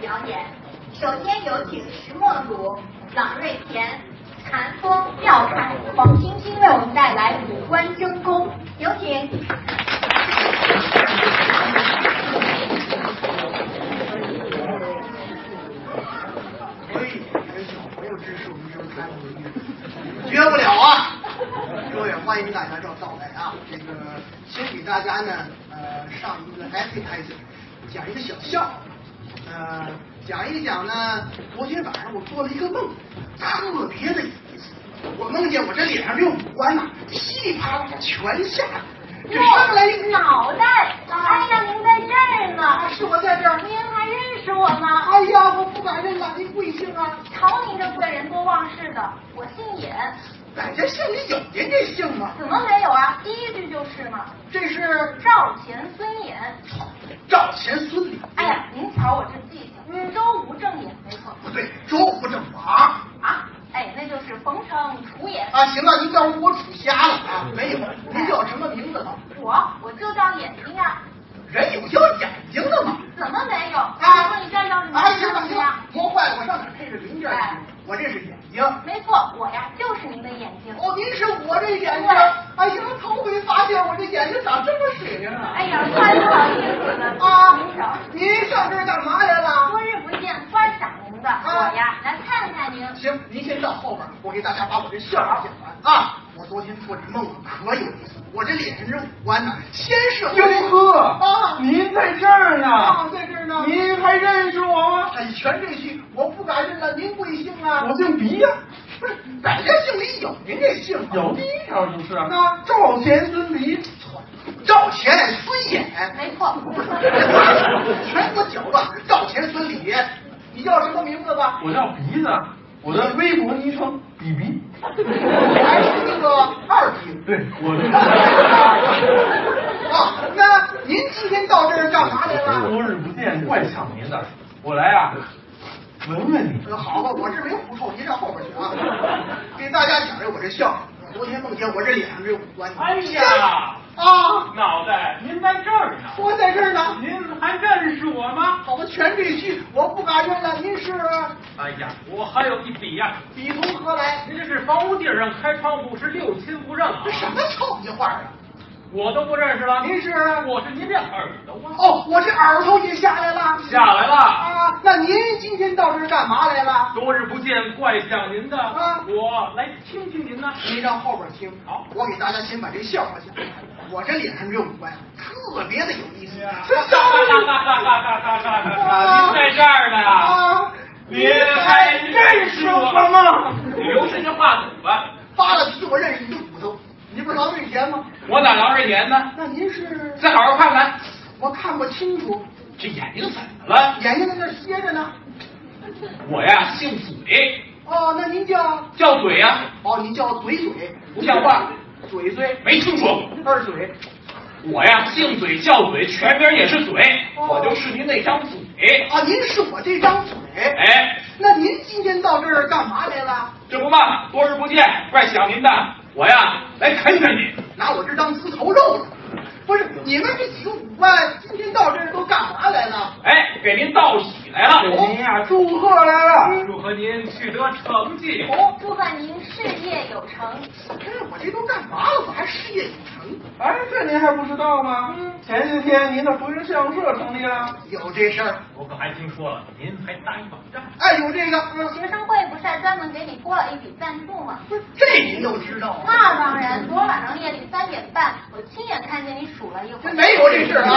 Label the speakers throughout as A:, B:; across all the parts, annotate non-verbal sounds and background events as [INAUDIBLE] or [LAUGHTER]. A: 表演。首先有请石墨鲁、朗瑞田、韩风、廖凯、黄星星为我们带来五官争功。有请。
B: 所以你们小朋友真是无声开悟的月，绝不了啊！各位，欢迎大家到到来啊！这个先给大家呢，呃，上一个 appetizer，讲一个小笑话，呃，讲一讲呢，昨天晚上我做了一个梦，特别的有意思。我梦见我这脸上这五官呐、噼里啪啦全下来，这上来一个
A: 脑袋！哎呀，您在这儿呢
B: 啊，是我在这儿。
A: 您还认识我吗？哦
B: 哎呀，我不敢认了，您贵姓啊？
A: 瞧您这贵人多忘事的，我姓尹，
B: 在这县里有您这姓吗？
A: 怎么没有啊？第一句就是嘛，
B: 这是
A: 赵钱孙尹。
B: 赵钱孙李。
A: 哎呀，您瞧我这记
B: 嗯
A: 性，周吴郑尹没错
B: 不对，周不正法
A: 啊。哎，那就是冯城楚也。
B: 啊！行了，您告诉我处瞎了啊？没有，您叫什么名字了？
A: 我我就叫眼睛啊，
B: 人有叫眼睛的吗？
A: 怎么没有？
B: 啊
A: 我说你这儿要是
B: 啊，行了
A: 怎么
B: 行了
A: 样？，
B: 磨坏了，我上哪儿配个零件去
A: 哎？
B: 我这是眼睛。
A: 没错，我呀就是您的眼睛。
B: 哦，您是我这眼睛
A: 对。
B: 哎呀，头回发现我这眼睛长这么水灵啊！
A: 哎呀，太不好意思了，
B: 啊
A: 您瞧，
B: 您上这儿干嘛来了？
A: 多日不见，观赏您
B: 啊
A: 的，我呀来看看您。
B: 行，您先到后边，我给大家把我这笑话讲完啊！我昨天做这梦啊可有意思，我这脸上这五官呢，先是我这
C: 英哥
B: 啊，
C: 您在这儿
B: 啊，
C: 呢，
B: 在这儿呢。
C: 您还认识我吗？
B: 哎，全这句我不敢认了，您贵姓啊？
C: 我姓鼻呀、
B: 不是，在这姓里有您这姓吗
C: 有第一条就是啊，
B: 那
C: 赵钱孙鼻，
B: 赵钱孙衍，
A: 没
B: [LAUGHS]
A: 错，哦
B: 全国九吧，赵钱孙李，你叫什么名字吧？
C: 我叫鼻子，啊我的微博昵称比鼻。
B: 还是那个二逼
C: 对，我是
B: [LAUGHS] 啊？那您今天到这儿干嘛来了？
C: 多日不见，怪想您的，我来啊，闻闻你。
B: 呃好吧，我这没胡臭，您上后边去啊！给大家讲讲我这笑话。我昨天梦见我这脸上这五官，
D: 哎呀，
B: 啊，
D: 脑袋，您在这儿呢，
B: 我在这儿呢。
D: 您还认识我吗？
B: 好吧，全这句我不敢认了。您是
D: 哎呀，我还有一笔呀、
B: 笔从何来？
D: 您这是房屋顶上开窗户，是六亲不认啊
B: 这，什么臭屁话啊！
D: 我都不认识了。
B: 您是
D: 我是您这耳朵啊，
B: 哦，我这耳朵也下来了
D: 下来了，
B: 啊！那您今天到这儿干嘛来了？
D: 多日不见，怪想您的，
B: 啊
D: 我来听听您呢。
B: 您让后边听。
D: 好
B: 我给大家先把这笑话讲。我这脸上这五官特别的有意思。
D: 哈哈哈
B: [LAUGHS]
D: 哈哈哈哈哈！ [LAUGHS] 您在这儿呢
B: 啊！ [LAUGHS]
D: 您还认识我吗？你留神这话怎么办？
B: 扒了皮我认识你的骨头，你不是老瑞贤吗？
D: 我哪聊这盐呢？
B: 那您是？
D: 再好好看看，
B: 我看不清楚，
D: 这眼睛怎么了？
B: 眼睛在那儿歇着呢。
D: 我呀，姓嘴，
B: 哦，那您叫？
D: 叫嘴呀，
B: 哦，您叫嘴嘴，
D: 不像话，
B: 嘴嘴，
D: 没听说过。
B: 二嘴。
D: 我呀，姓嘴叫嘴，全名也是嘴，
B: 哦
D: 我就是您那张嘴。
B: 啊，您是我这张嘴。
D: 哎，
B: 那您今天到这儿干嘛来了？
D: 这不嘛，多日不见，怪想您的。我呀，来啃啃你。
B: 拿我这当猪头肉了？不是，你们这几个五万今天到这儿都干嘛来了？哦
D: 哎，给您道喜来了，
C: 呀、祝贺来了，
D: 祝贺您取得成绩。
B: 哦，
A: 祝贺您事业有成。
B: 哎，我这都干嘛了？我还事业有成，
C: 哎，这您还不知道吗？前些天您的回声相声社成立了，
B: 有这事儿？
D: 我可还听说了，您还答应网站。
B: 哎，有这个，嗯，
A: 学生会不是还专门给你拨了一笔赞助吗？
B: 不是这您都知道啊？
A: 那当然，昨晚上夜里三点半，我亲眼看见你数了一回
B: 这。没有这事儿啊？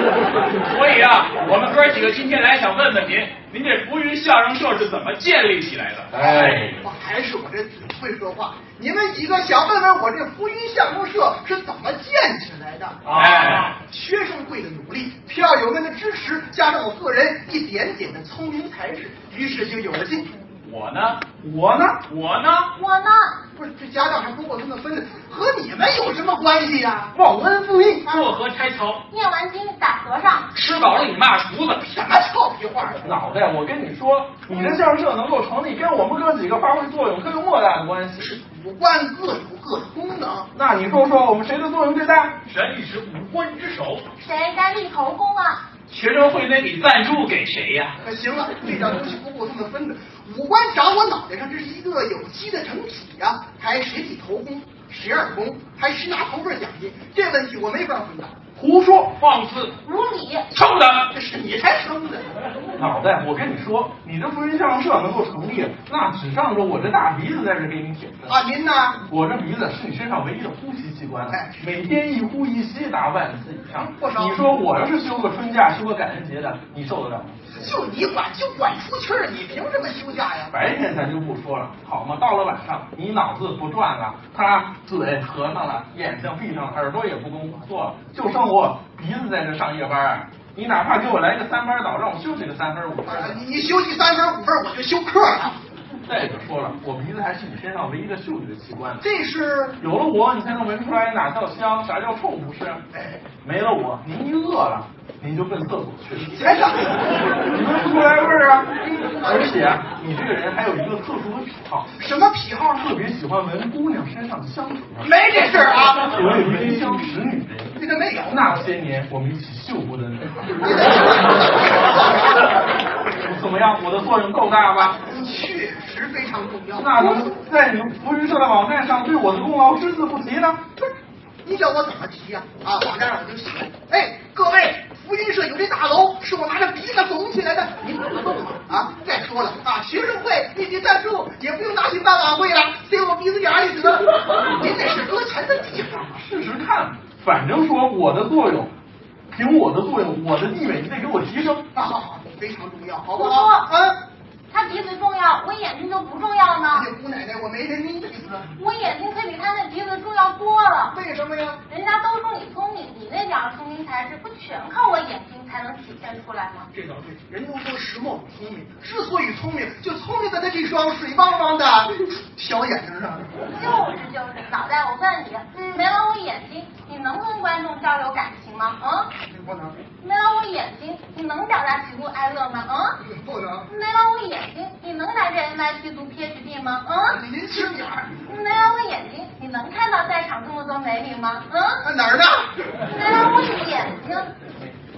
D: [LAUGHS] 所以啊，我们哥几个今天来想问问您，您这浮云相声社是怎么建立起来的？
C: 哎，
B: 我还是我这嘴会说话。你们几个想问问我这浮云相声社是怎么建起来的？
D: 哎，
B: 学生会的努力，票友们的支持，加上我个人一点点的聪明才智，于是就有了今天。
D: 我呢，
C: 我呢，
D: 我呢，
A: 我呢，
B: 不是，这家长还不给我这么分的，和你们有什么关系呀、啊
C: 忘恩负义，
D: 过河拆桥，
A: 念完经打和尚，
D: 吃饱了你骂厨子，
B: 什么臭屁话！
C: 脑袋，我跟你说，你这相声社能够成立，跟我们哥几个发挥作用可有莫大的关系。
B: 五官各有各的功能，
C: 那你说说，我们谁的作用最大？
D: 神与是五官之首。
A: 谁该立头功啊？
D: 学生会那笔赞助给谁呀、
B: 可行了，这点东西不够他们分的。五官长我脑袋上，这是一个有机的整体呀、还十几头功，十二功，还十拿头份奖金，这问题我没法回答。
C: 胡说，
D: 放肆，
A: 无理，
D: 抽他！
B: 这是你才生的，
C: 脑袋！我跟你说，你这福音相声社能够成立，那只仗着我这大鼻子在这给你挺着。
B: 啊，您呢？
C: 我这鼻子是你身上唯一的呼吸器官
B: 哎，
C: 每天一呼一吸达万次以上。
B: 不少
C: 你说我要是休个春假、休个感恩节的，你受得了吗？
B: 就你管就管出气儿，你凭什么休假呀？
C: 白天咱就不说了，好吗？到了晚上，你脑子不转了，他嘴合上了，眼睛闭上了，耳朵也不工作了，就剩我鼻子在这上夜班儿。你哪怕给我来个三班倒，让我休息个三分五
B: 啊
C: 分。
B: 你你休息三分五分，我就休克了。
C: 再者说了，我鼻子还是你身上唯一的嗅觉器官呢。
B: 这是
C: 有了我，你才能闻出来哪叫香，啥叫臭，不是？
B: 哎，
C: 没了我，您一饿了，您就奔厕所去了。
B: 你才生
C: 你闻不出来味儿啊！而且啊你这个人还有一个特殊的癖好，
B: 什么癖好？
C: 特别喜欢闻姑娘身上的香水。
B: 没这事儿啊，
C: 我有一嗯个香识女人，
B: 这个没有。
C: 那些年我们一起嗅过的 [LAUGHS] 女
B: 你得去
C: 怎么样？我的作用够大吧？
B: 确实非常重要。
C: 那能在你们福云社的网站上对我的功劳只字不提呢？
B: 不是，你叫我怎么提呀、啊？网站上我就写，哎，各位，福音社有这大楼是我拿着鼻子拱起来的，您不能动吗？啊，再说了啊，学生会一起赞助，也不用拿去办晚会了，塞我鼻子眼儿里得了。您这是搁钱的地方啊。
C: 试试看，反正说我的作用，凭我的作用，我的地位你得给我提升。
B: 啊，好好非常重要，好不
A: 胡
B: 好？
A: 说
B: 啊，
A: 他鼻子重要，我眼睛就不重要呢
B: 这？姑奶奶，我没人那意思啊，
A: 我眼睛可比他那鼻子重要多了。
B: 为什么呀？
A: 人家都说你聪明，你那点儿聪明才智不全靠我眼睛才能体现出来吗？
B: 这倒对，人都说石墨聪明，之所以聪明，就聪明在他这双水汪汪的小眼睛上。
A: 就是就是，脑袋我问你，没了我眼睛，你能跟观众交流感情吗？啊、
B: 不能，
A: 没了我眼睛，你能表达喜怒哀乐吗？啊、
B: 不能。
A: 没了我眼睛，你能在这 MIT 读 PhD 吗？啊、
B: 您轻点儿，
A: 没了我眼睛，你能看到在场这么多美女吗？啊、
B: 啊哪儿的？
A: 没了我眼睛，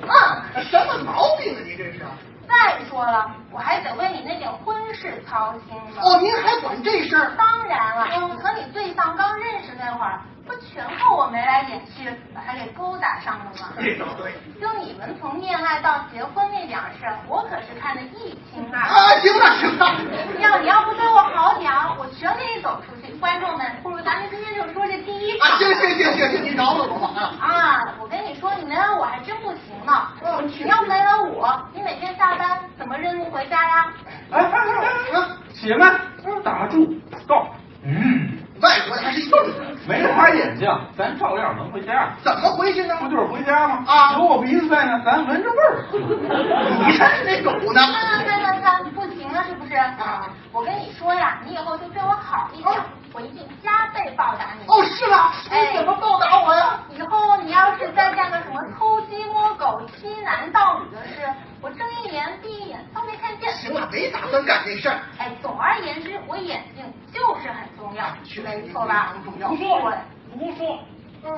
A: 嗯。
B: 什么毛病啊？您这是？
A: 再说了，我还得为你那点婚事操心呢。
B: 哦，您还管这事儿？嗯
A: 当然了，你和你对象刚认识那会儿，不全靠我眉来眼去把他给勾搭上了吗？
B: 这倒对。
A: 就你们从恋爱到结婚那点事儿，我可是看得一清二楚。
B: 啊，行了行了，
A: 要你要不对我好点儿，我全给你走出去。观众们，不如咱们今天就说这第一场
B: 啊，。行行行行行，您饶了我吧啊！
A: 啊，我跟你说，你没了我还真不行呢。
B: 嗯
A: 你要没了我，你每天下班怎么认路回家呀？
C: 哎哎哎哎哎，且慢，打住，到，嗯，
B: 外国的还是硬的，
C: 没花眼睛，啊咱照样能回家。嗯
B: 怎么回去呢？
C: 不就是回家吗？
B: 啊
C: 哎有我鼻子在呢，咱闻着味儿。
B: 你才是那狗呢！
A: 啊，那那那不行了，是不是？啊，我跟你说呀，你以后就对我好一点，我一定加倍报答你。哎
B: 哦，是了，你怎么报答我呀？
A: 以后你要是再干个什么偷鸡摸狗、欺男盗女的事，我睁一眼闭一眼都没看见。
B: 行了，没打算干这事儿。
A: 哎，总而言之，我眼睛就是很重要，
B: 去来
A: 错吧？
B: 重要。
A: 对，
D: 胡说！
A: 嗯，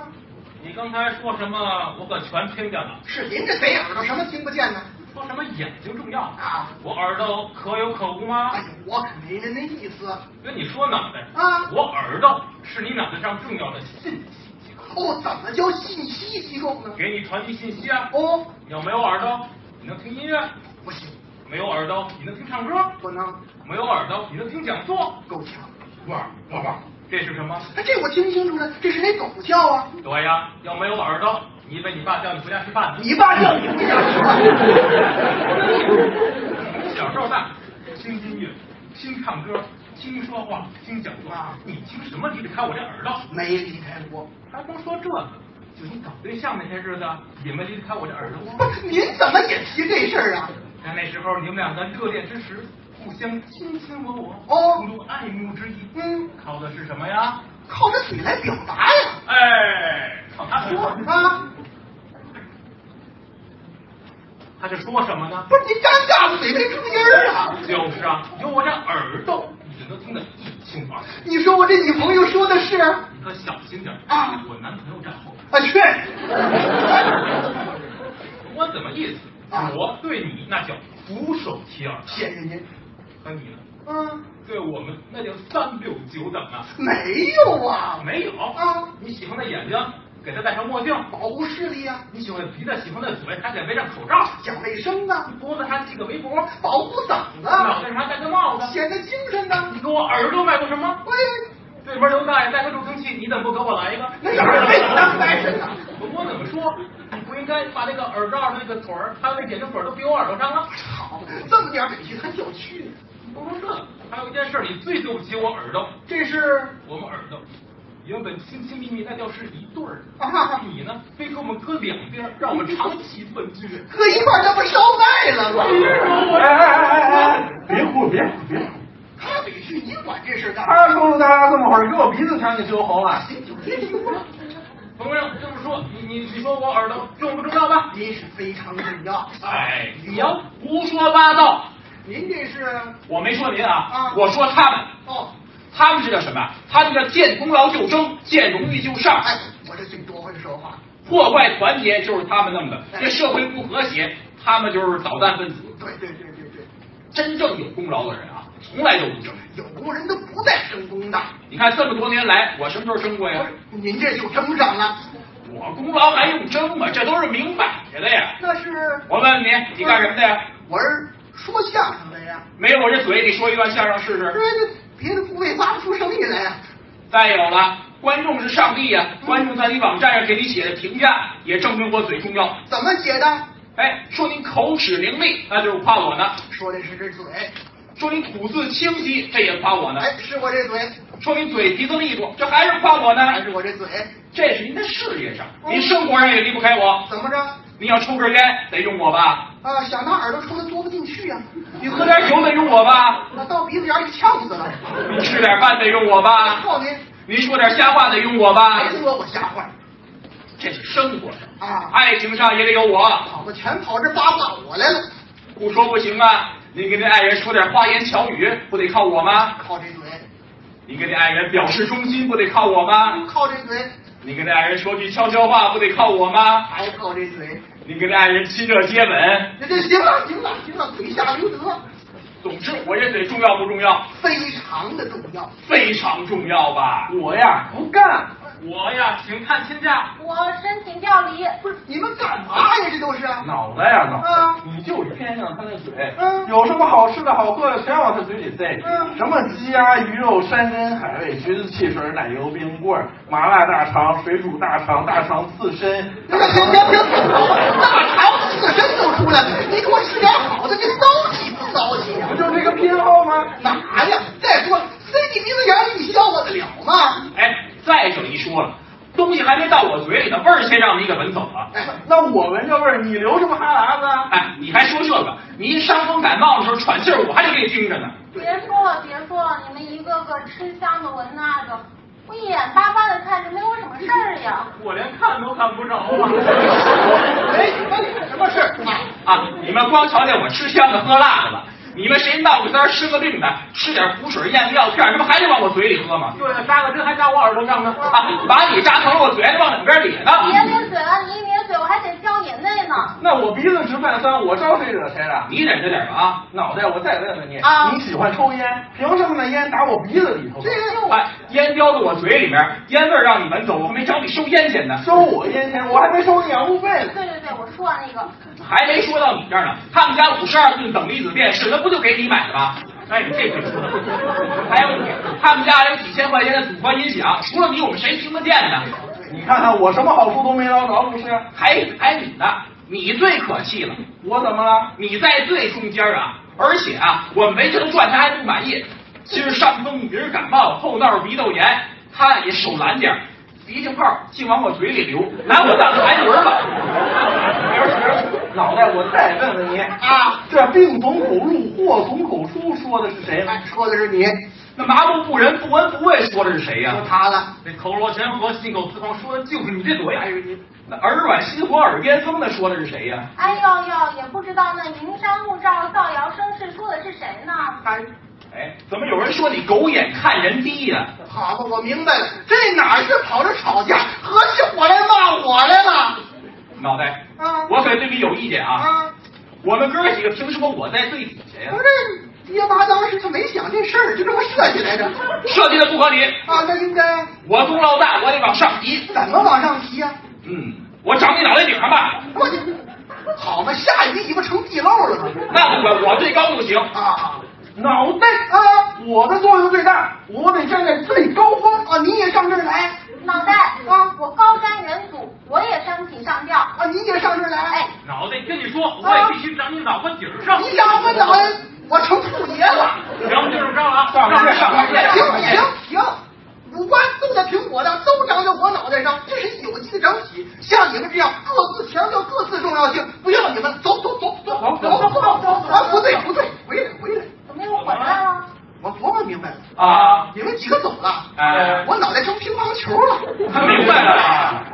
D: 你刚才说什么？我可全听见了。
B: 是您这贼耳朵什么听不见呢？
D: 说什么眼睛重要？
B: 啊！
D: 我耳朵可有可无吗
B: 哎？呦，我可没人那意思
D: 跟你说脑袋，
B: 啊！
D: 我耳朵是你脑袋上重要的信息，
B: 哦，怎么叫信息机构呢？
D: 给你传递信息啊。
B: 哦，
D: 你要没有耳朵，你能听音乐；
B: 不行，
D: 没有耳朵，你能听唱歌；
B: 不能
D: 没有耳朵，你能听讲座。
B: 够呛。
D: 哇哇哇！这是什么？
B: 哎，这我听清楚了，这是那狗叫啊！
D: 对呀，要没有耳朵，你以为你爸叫你回家吃饭呢？
B: 你爸叫你回家吃饭。
D: 从小到大，听音乐，听唱歌，听说话，听讲座，
B: 啊
D: 你听什么离得开我这耳朵？
B: 没离开过。
D: 还甭说这个，就你搞对象那些日子，也没离得开我这耳朵。
B: 不是，您怎么也提这事儿啊？
D: 在那时候，你们两个热恋之时，互相卿卿我我，
B: 哦
D: 互动爱慕之意，
B: 嗯，
D: 靠的是什么呀？
B: 靠着嘴来表达呀。
D: 哎，靠他
B: 说
D: 说，
B: 啊，
D: 他是说什么呢？
B: 不是您尴尬的嘴没出音儿啊？
D: 就是啊，有我这耳朵，你就能听得一清二楚。
B: 你说我这女朋友说的是啊？
D: 你可小心点儿
B: 啊
C: 啊
D: 我男朋友站后面，
B: 去，
D: 我怎么意思？
B: 啊
D: 我对你那叫俯首帖耳，
B: 谢谢您。
D: 那你呢？
B: 嗯，
D: 对我们那叫三六九等啊！
B: 没有啊，
D: 没有
B: 啊，
D: 你喜欢的眼睛，给他戴上墨镜；
B: 保护视力啊，
D: 你喜欢的鼻子，喜欢的嘴，还得围上口罩；
B: 讲卫生啊，
D: 脖子还系个围脖，
B: 保护嗓子
D: 脑
B: 啊，
D: 袋上还戴个帽子。
B: 显得精神呢。
D: 你给我耳朵卖过什么？
B: 哎
D: 对门刘大爷带个助听器，你怎么不给我来一个？
B: 那哪儿配你当白人呢
D: 我怎么说？你不应该把那个耳罩、那个腿儿，还有那眼睛腿儿都给我耳朵上了。
B: 呦，好，这么点儿委屈还小气呢。
D: 不说这，还有一件事，你最对不起我耳朵，
B: 这是
D: 我们耳朵原本亲亲密密，那叫是一对儿的。
B: 啊，
D: 你呢，非给我们割两边儿，让我们长期分居。
B: 搁一块儿那不烧麦了吗？
C: 哎哎哎哎哎，别哭别哭别哭！
B: 他委屈你管这事儿干嘛？
C: 他咕噜哒啦这么会儿，给我鼻子瞧你羞红了。
B: 行，就别
D: [LAUGHS]
B: 说了。
D: 冯先生这么说，你你你说我耳朵重不重要吧？
B: 您是非常重要。
D: 哎，你要胡说八道，
B: 您这是
D: 我没说您啊
B: 啊，
D: 我说他们。
B: 哦，
D: 他们是叫什么呀？他们叫见功劳就争，见荣誉就上，
B: 哎，我这嘴多会说话，
D: 破坏团结就是他们弄的。
B: 哎
D: 这社会不和谐，他们就是导弹分子。
B: 对对对对对，
D: 真正有功劳的人啊，从来都不争。
B: 有工人都不带争功的，
D: 你看这么多年来，我什么时候争过呀？
B: 您这就争上了。
D: 我功劳还用争吗？这都是明摆着的呀。
B: 那是
D: 我问问你，你干什么的呀？
B: 我是说相声的呀，
D: 没有我这嘴，你说一段相声试
B: 这
D: 试。
B: 别的部位发不出声音来呀。
D: 再有了，观众是上帝呀、
B: 嗯
D: 观众在你网站上给你写的评价，也证明我嘴重要。
B: 怎么写的？
D: 哎，说你口齿伶俐，那就是夸我呢。
B: 说的是这嘴，
D: 说你吐字清晰，这也夸我呢；
B: 哎，是我这嘴，
D: 说你嘴皮子利落，这还是夸我
B: 还
D: 呢。
B: 是我这嘴？
D: 这是您的事业上，
B: 嗯
D: 您生活上也离不开我。
B: 怎么着？
D: 您要抽根烟得用我吧，
B: 啊，想拿耳朵抽的嘬不进去啊呀、
D: 你喝点酒得用我吧，
B: 那到鼻子眼里呛死了。
D: 你吃点饭得用我吧，
B: 靠您，
D: 您说点瞎话得用我吧
B: 没。说我瞎话
D: 这是生活上，
B: 啊，
D: 爱情上也得有我。
B: 跑的全跑这八卦我来了，
D: 不说不行啊，您跟这爱人说点花言巧语，不得靠我吗？
B: 靠这嘴，
D: 您跟这爱人表示忠心，不得靠我吗？
B: 靠这嘴，
D: 您跟这爱人说句悄悄话，不得靠我吗？
B: 还靠这嘴。
D: 您跟这爱人亲热接吻，
B: 那这行了，行了，行了，嘴下留德，
D: 总之，我这嘴重要不重要？
B: 非常的重要。
D: 非常重要吧。
C: 我呀嗯不干，
D: 我呀，请看亲假。
A: 我申请调离。
B: 不是你们干嘛呀？这都是
C: 脑袋呀脑
B: 啊
C: 袋，你就是偏向他那嘴
B: 嗯，
C: 有什么好吃的好喝的全往他嘴里塞
B: 嗯，
C: 什么鸡鸭鱼肉、山珍海味、橘子汽水、奶油冰棍儿、麻辣大肠、水煮大肠、大肠刺身，
B: 行行行行，大肠刺身都出来了，你给我吃点好的，这骚气不骚气呀
C: [LAUGHS] 不？就这个偏好吗？
B: 哪呀？再说塞你鼻子眼里，你消化得了吗？
D: 哎，再者一说了，东西还没到我嘴里呢，味儿先让你给闻走了。
B: 哎，
C: 那我闻着味儿，你流什么哈喇子啊？
D: 哎，你还说这个？你一伤风感冒的时候喘气儿，我还得给你盯着呢。
A: 别说了，别说了，你们一个个吃香的闻那个，我一眼巴巴的看着，没有什么事儿呀。
D: 我连看都看不着啊！
C: [LAUGHS]
B: 没什么什么事儿啊？
D: 啊，你们光瞧见我吃香的喝辣的了，你们谁闹个三儿吃个病的，吃点苦水咽个药片儿，这不还得往我嘴里喝吗？对了，扎个针还扎我耳朵上呢。啊，把你扎疼了，我嘴还往两边咧呢。啊
A: 别咧嘴了，你一咧嘴，我还得叫眼泪呢。
C: 那我鼻子直犯酸，我招谁惹谁了？
D: 你忍着点儿啊！
C: 脑袋，我再问问你，
B: 啊
C: 你喜欢抽烟，凭什么那烟打我鼻子里头？
B: 这个
D: 哎，烟叼到我嘴里面，烟味儿让你闻走，我还没找你收烟钱呢，
C: 收我烟钱，我还没收你啊养护费呢。
A: 对对对，我说完那个，
D: 还没说到你这儿呢。他们家五十二寸等离子电视，那不就给你买的吗？哎，你这回说的。还有你，他们家还有几千块钱的组合音响，除了你，我们谁听得见呢？
C: 你看看我什么好处都没捞着，不是？
D: 还还你呢，你最可气了，
C: 我怎么了？
D: 你在最中间儿啊！而且啊，我们没钱赚，他还不满意。今儿伤风，明儿感冒，后闹鼻窦炎，他俩也手懒点儿，鼻涕泡净往我嘴里流，拿我当痰盂儿了。
C: 脑袋，我再问问你
B: 啊，
C: 这病从口入，祸从口出，说的是谁呢？
B: 哎说的是你，
D: 那麻木不仁、不闻不问，说的是谁呀、
B: 说他了。
D: 那头罗神和信口雌黄说的就是你这嘴。哎呦你，那耳软心火耳边风的说的是谁呀、
A: 哎呦呦，也不知道那云山雾罩、造谣生事说的是谁呢？
B: 哎，
D: 哎，怎么有人说你狗眼看人低呀、
B: 好吧，我明白了，这哪是跑着吵架，合起伙来骂我来了
D: 脑袋，
B: 啊！
D: 我可对你有意见啊！
B: 啊，
D: 我们哥几个凭什么我在最底下呀
B: 不？是爹妈当时他没想这事儿，就这么设计来着。
D: 设计的不合理，
B: 啊，那应该
D: 我功劳大，我得往上提。
B: 怎么往上提呀、
D: 嗯，我长你脑袋顶上吧，
B: 我这好嘛，下雨尾巴成地漏了嘛。
D: [LAUGHS] 那不管，我最高就行。
B: 啊
C: 脑袋
B: 啊
C: 我的作用最大，我得站在最高峰。
B: 啊！你也上这儿来
A: 脑袋，啊，我高瞻远瞩，我也升起上吊。哦
B: 啊！你也上这儿来。
A: 哎，
D: 脑袋跟你说，
B: 我也必
D: 须长你脑瓜顶
B: 你想我脑袋，我成兔爷了。
D: 行，就这么着了啊，
C: 上
D: 上
C: 上
D: 上
C: 上
B: 停停停！五官都在苹果的，都长在我脑袋上，这是有机的整体。像你们这样各自强调各自重要性，不要你们走走走走走走走走！啊，不对不对，回来回来，
A: 怎么又回来了？
B: 我琢磨明白了，
D: 啊，
B: 你们几个走了，
D: 哎，
B: [LAUGHS] 我脑袋成乒乓球了。
D: 他明白了吧？